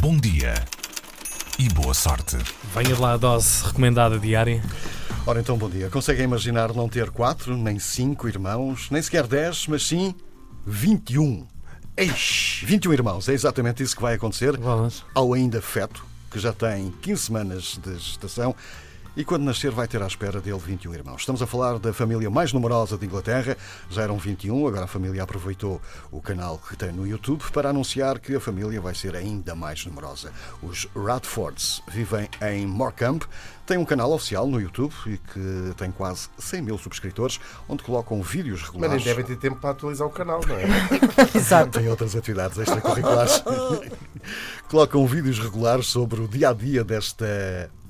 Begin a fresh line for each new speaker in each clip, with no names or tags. bom dia e boa sorte.
Venha lá a dose recomendada diária.
Ora então, bom dia. Conseguem imaginar não ter quatro, nem cinco irmãos, nem sequer dez, mas sim 21.
Eish!
21 irmãos, é exatamente isso que vai acontecer
Bolas.
ao ainda feto, que já tem 15 semanas de gestação. E quando nascer, vai ter à espera dele 21 irmãos. Estamos a falar da família mais numerosa de Inglaterra, já eram 21, agora a família aproveitou o canal que tem no YouTube para anunciar que a família vai ser ainda mais numerosa. Os Radfords vivem em Morecambe, têm um canal oficial no YouTube e que tem quase 100 mil subscritores, onde colocam vídeos
Mas
regulares.
nem devem ter tempo para atualizar o canal, não é?
Exato.
Tem outras atividades extracurriculares. Colocam vídeos regulares sobre o dia a dia desta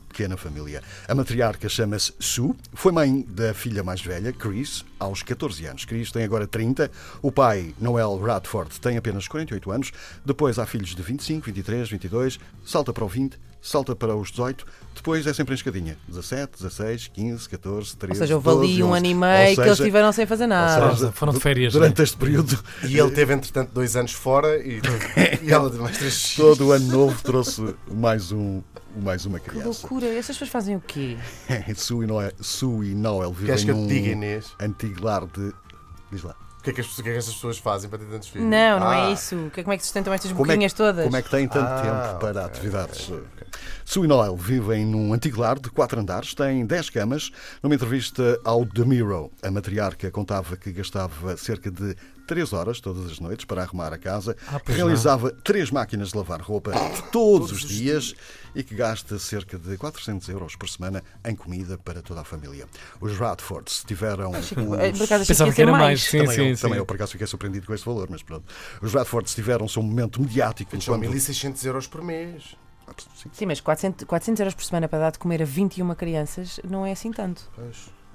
pequena família. A matriarca chama-se Sue, foi mãe da filha mais velha, Chris, aos 14 anos. Chris tem agora 30. O pai, Noel Radford, tem apenas 48 anos. Depois há filhos de 25, 23, 22, salta para o 20, salta para os 18. Depois é sempre a escadinha: 17, 16, 15, 14, 13.
Ou seja, houve
12,
ali um
11.
ano e
Ou
meio que eles
seja,
tiveram sem fazer
ou
nada.
seja,
Foram de férias, né?
Durante este período,
E ele teve, entretanto, dois anos fora e, e ela de mais três.
Todo o ano novo trouxe mais, um, mais uma
Que
criança.
loucura. Estas pessoas fazem o quê?
Sue e Noel, Sue e Noel vivem
Queres que eu te
num
diga, Inês?
antigo lar de. Diz lá.
O que é que, as, pessoas- o que é que essas pessoas fazem para ter tantos filhos?
Não, não
Ah,
é isso. Que- Como é que sustentam estas
Hum. Como é,
boquinhas
que-
todas?
como é que têm tanto
Ah,
tempo para atividades? Sue e Noel vivem num antigo lar de quatro andares, têm 10 camas. Numa entrevista ao The Mirror, a matriarca contava que gastava cerca de 3 horas todas as noites para arrumar a casa,
pois não.
realizava três máquinas de lavar roupa todos os dias e que gasta cerca de 400 euros por semana em comida para toda a família. Os Radfords tiveram. um
Eh,
os-
Por acaso achei
Pensava
ia
que
ser
era mais, sim,
também,
sim,
eu,
sim.
também eu, por acaso, fiquei surpreendido com este valor, mas pronto. Os Radfords tiveram o seu momento mediático
São
quando.
1600 euros por mês.
Sim,
Sim, mas 400, 400 euros por semana para dar de comer a 21 crianças não é assim tanto.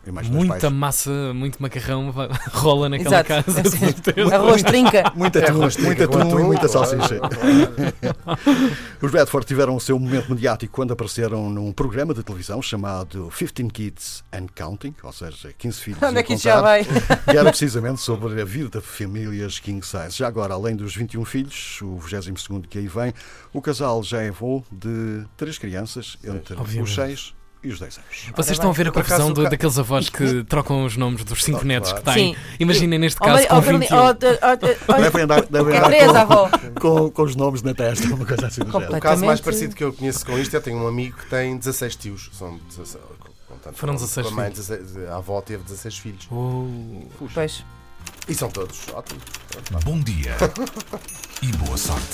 e mais dois
Muita
pais.
massa, muito macarrão vai- rola naquela
Exato. É assim.
casa. de certeza.
Arroz trinca.
Muita atum, muito
com
atum e
atum,
muita
claro.
salsicha. Os Redford tiveram o seu momento mediático quando apareceram num programa de televisão chamado 15 Kids and Counting, ou seja, 15 filhos
Onde
e
é que
a
isto já
contar.
vai?
E era precisamente sobre a vida de famílias king size. Já agora, além dos 21 filhos, o 22 que aí vem, o casal já é avô de três crianças entre
Obviamente.
os 6 e os 10 anos.
Vocês estão a ver a
Por acaso,
confusão do-
o ca-
daqueles avós que trocam os nomes dos cinco netos que têm.
Sim.
Imaginem neste
Ó,
caso
Maria- ó,
com
Carolina-
21.
ó,
é
ó, ó, ó,
Devem andar, devem
É
andar
três,
com-
avó.
com, com os nomes na testa, uma coisa assim do género.
O caso mais
Completamente.
parecido que eu conheço com isto é tenho um amigo que tem 16 tios. São 16, com tanto-
Foram 16
com a, mãe, 16 a avó teve 16 filhos.
Oh.
Pois.
E são todos ótimos.
Bom dia e boa sorte.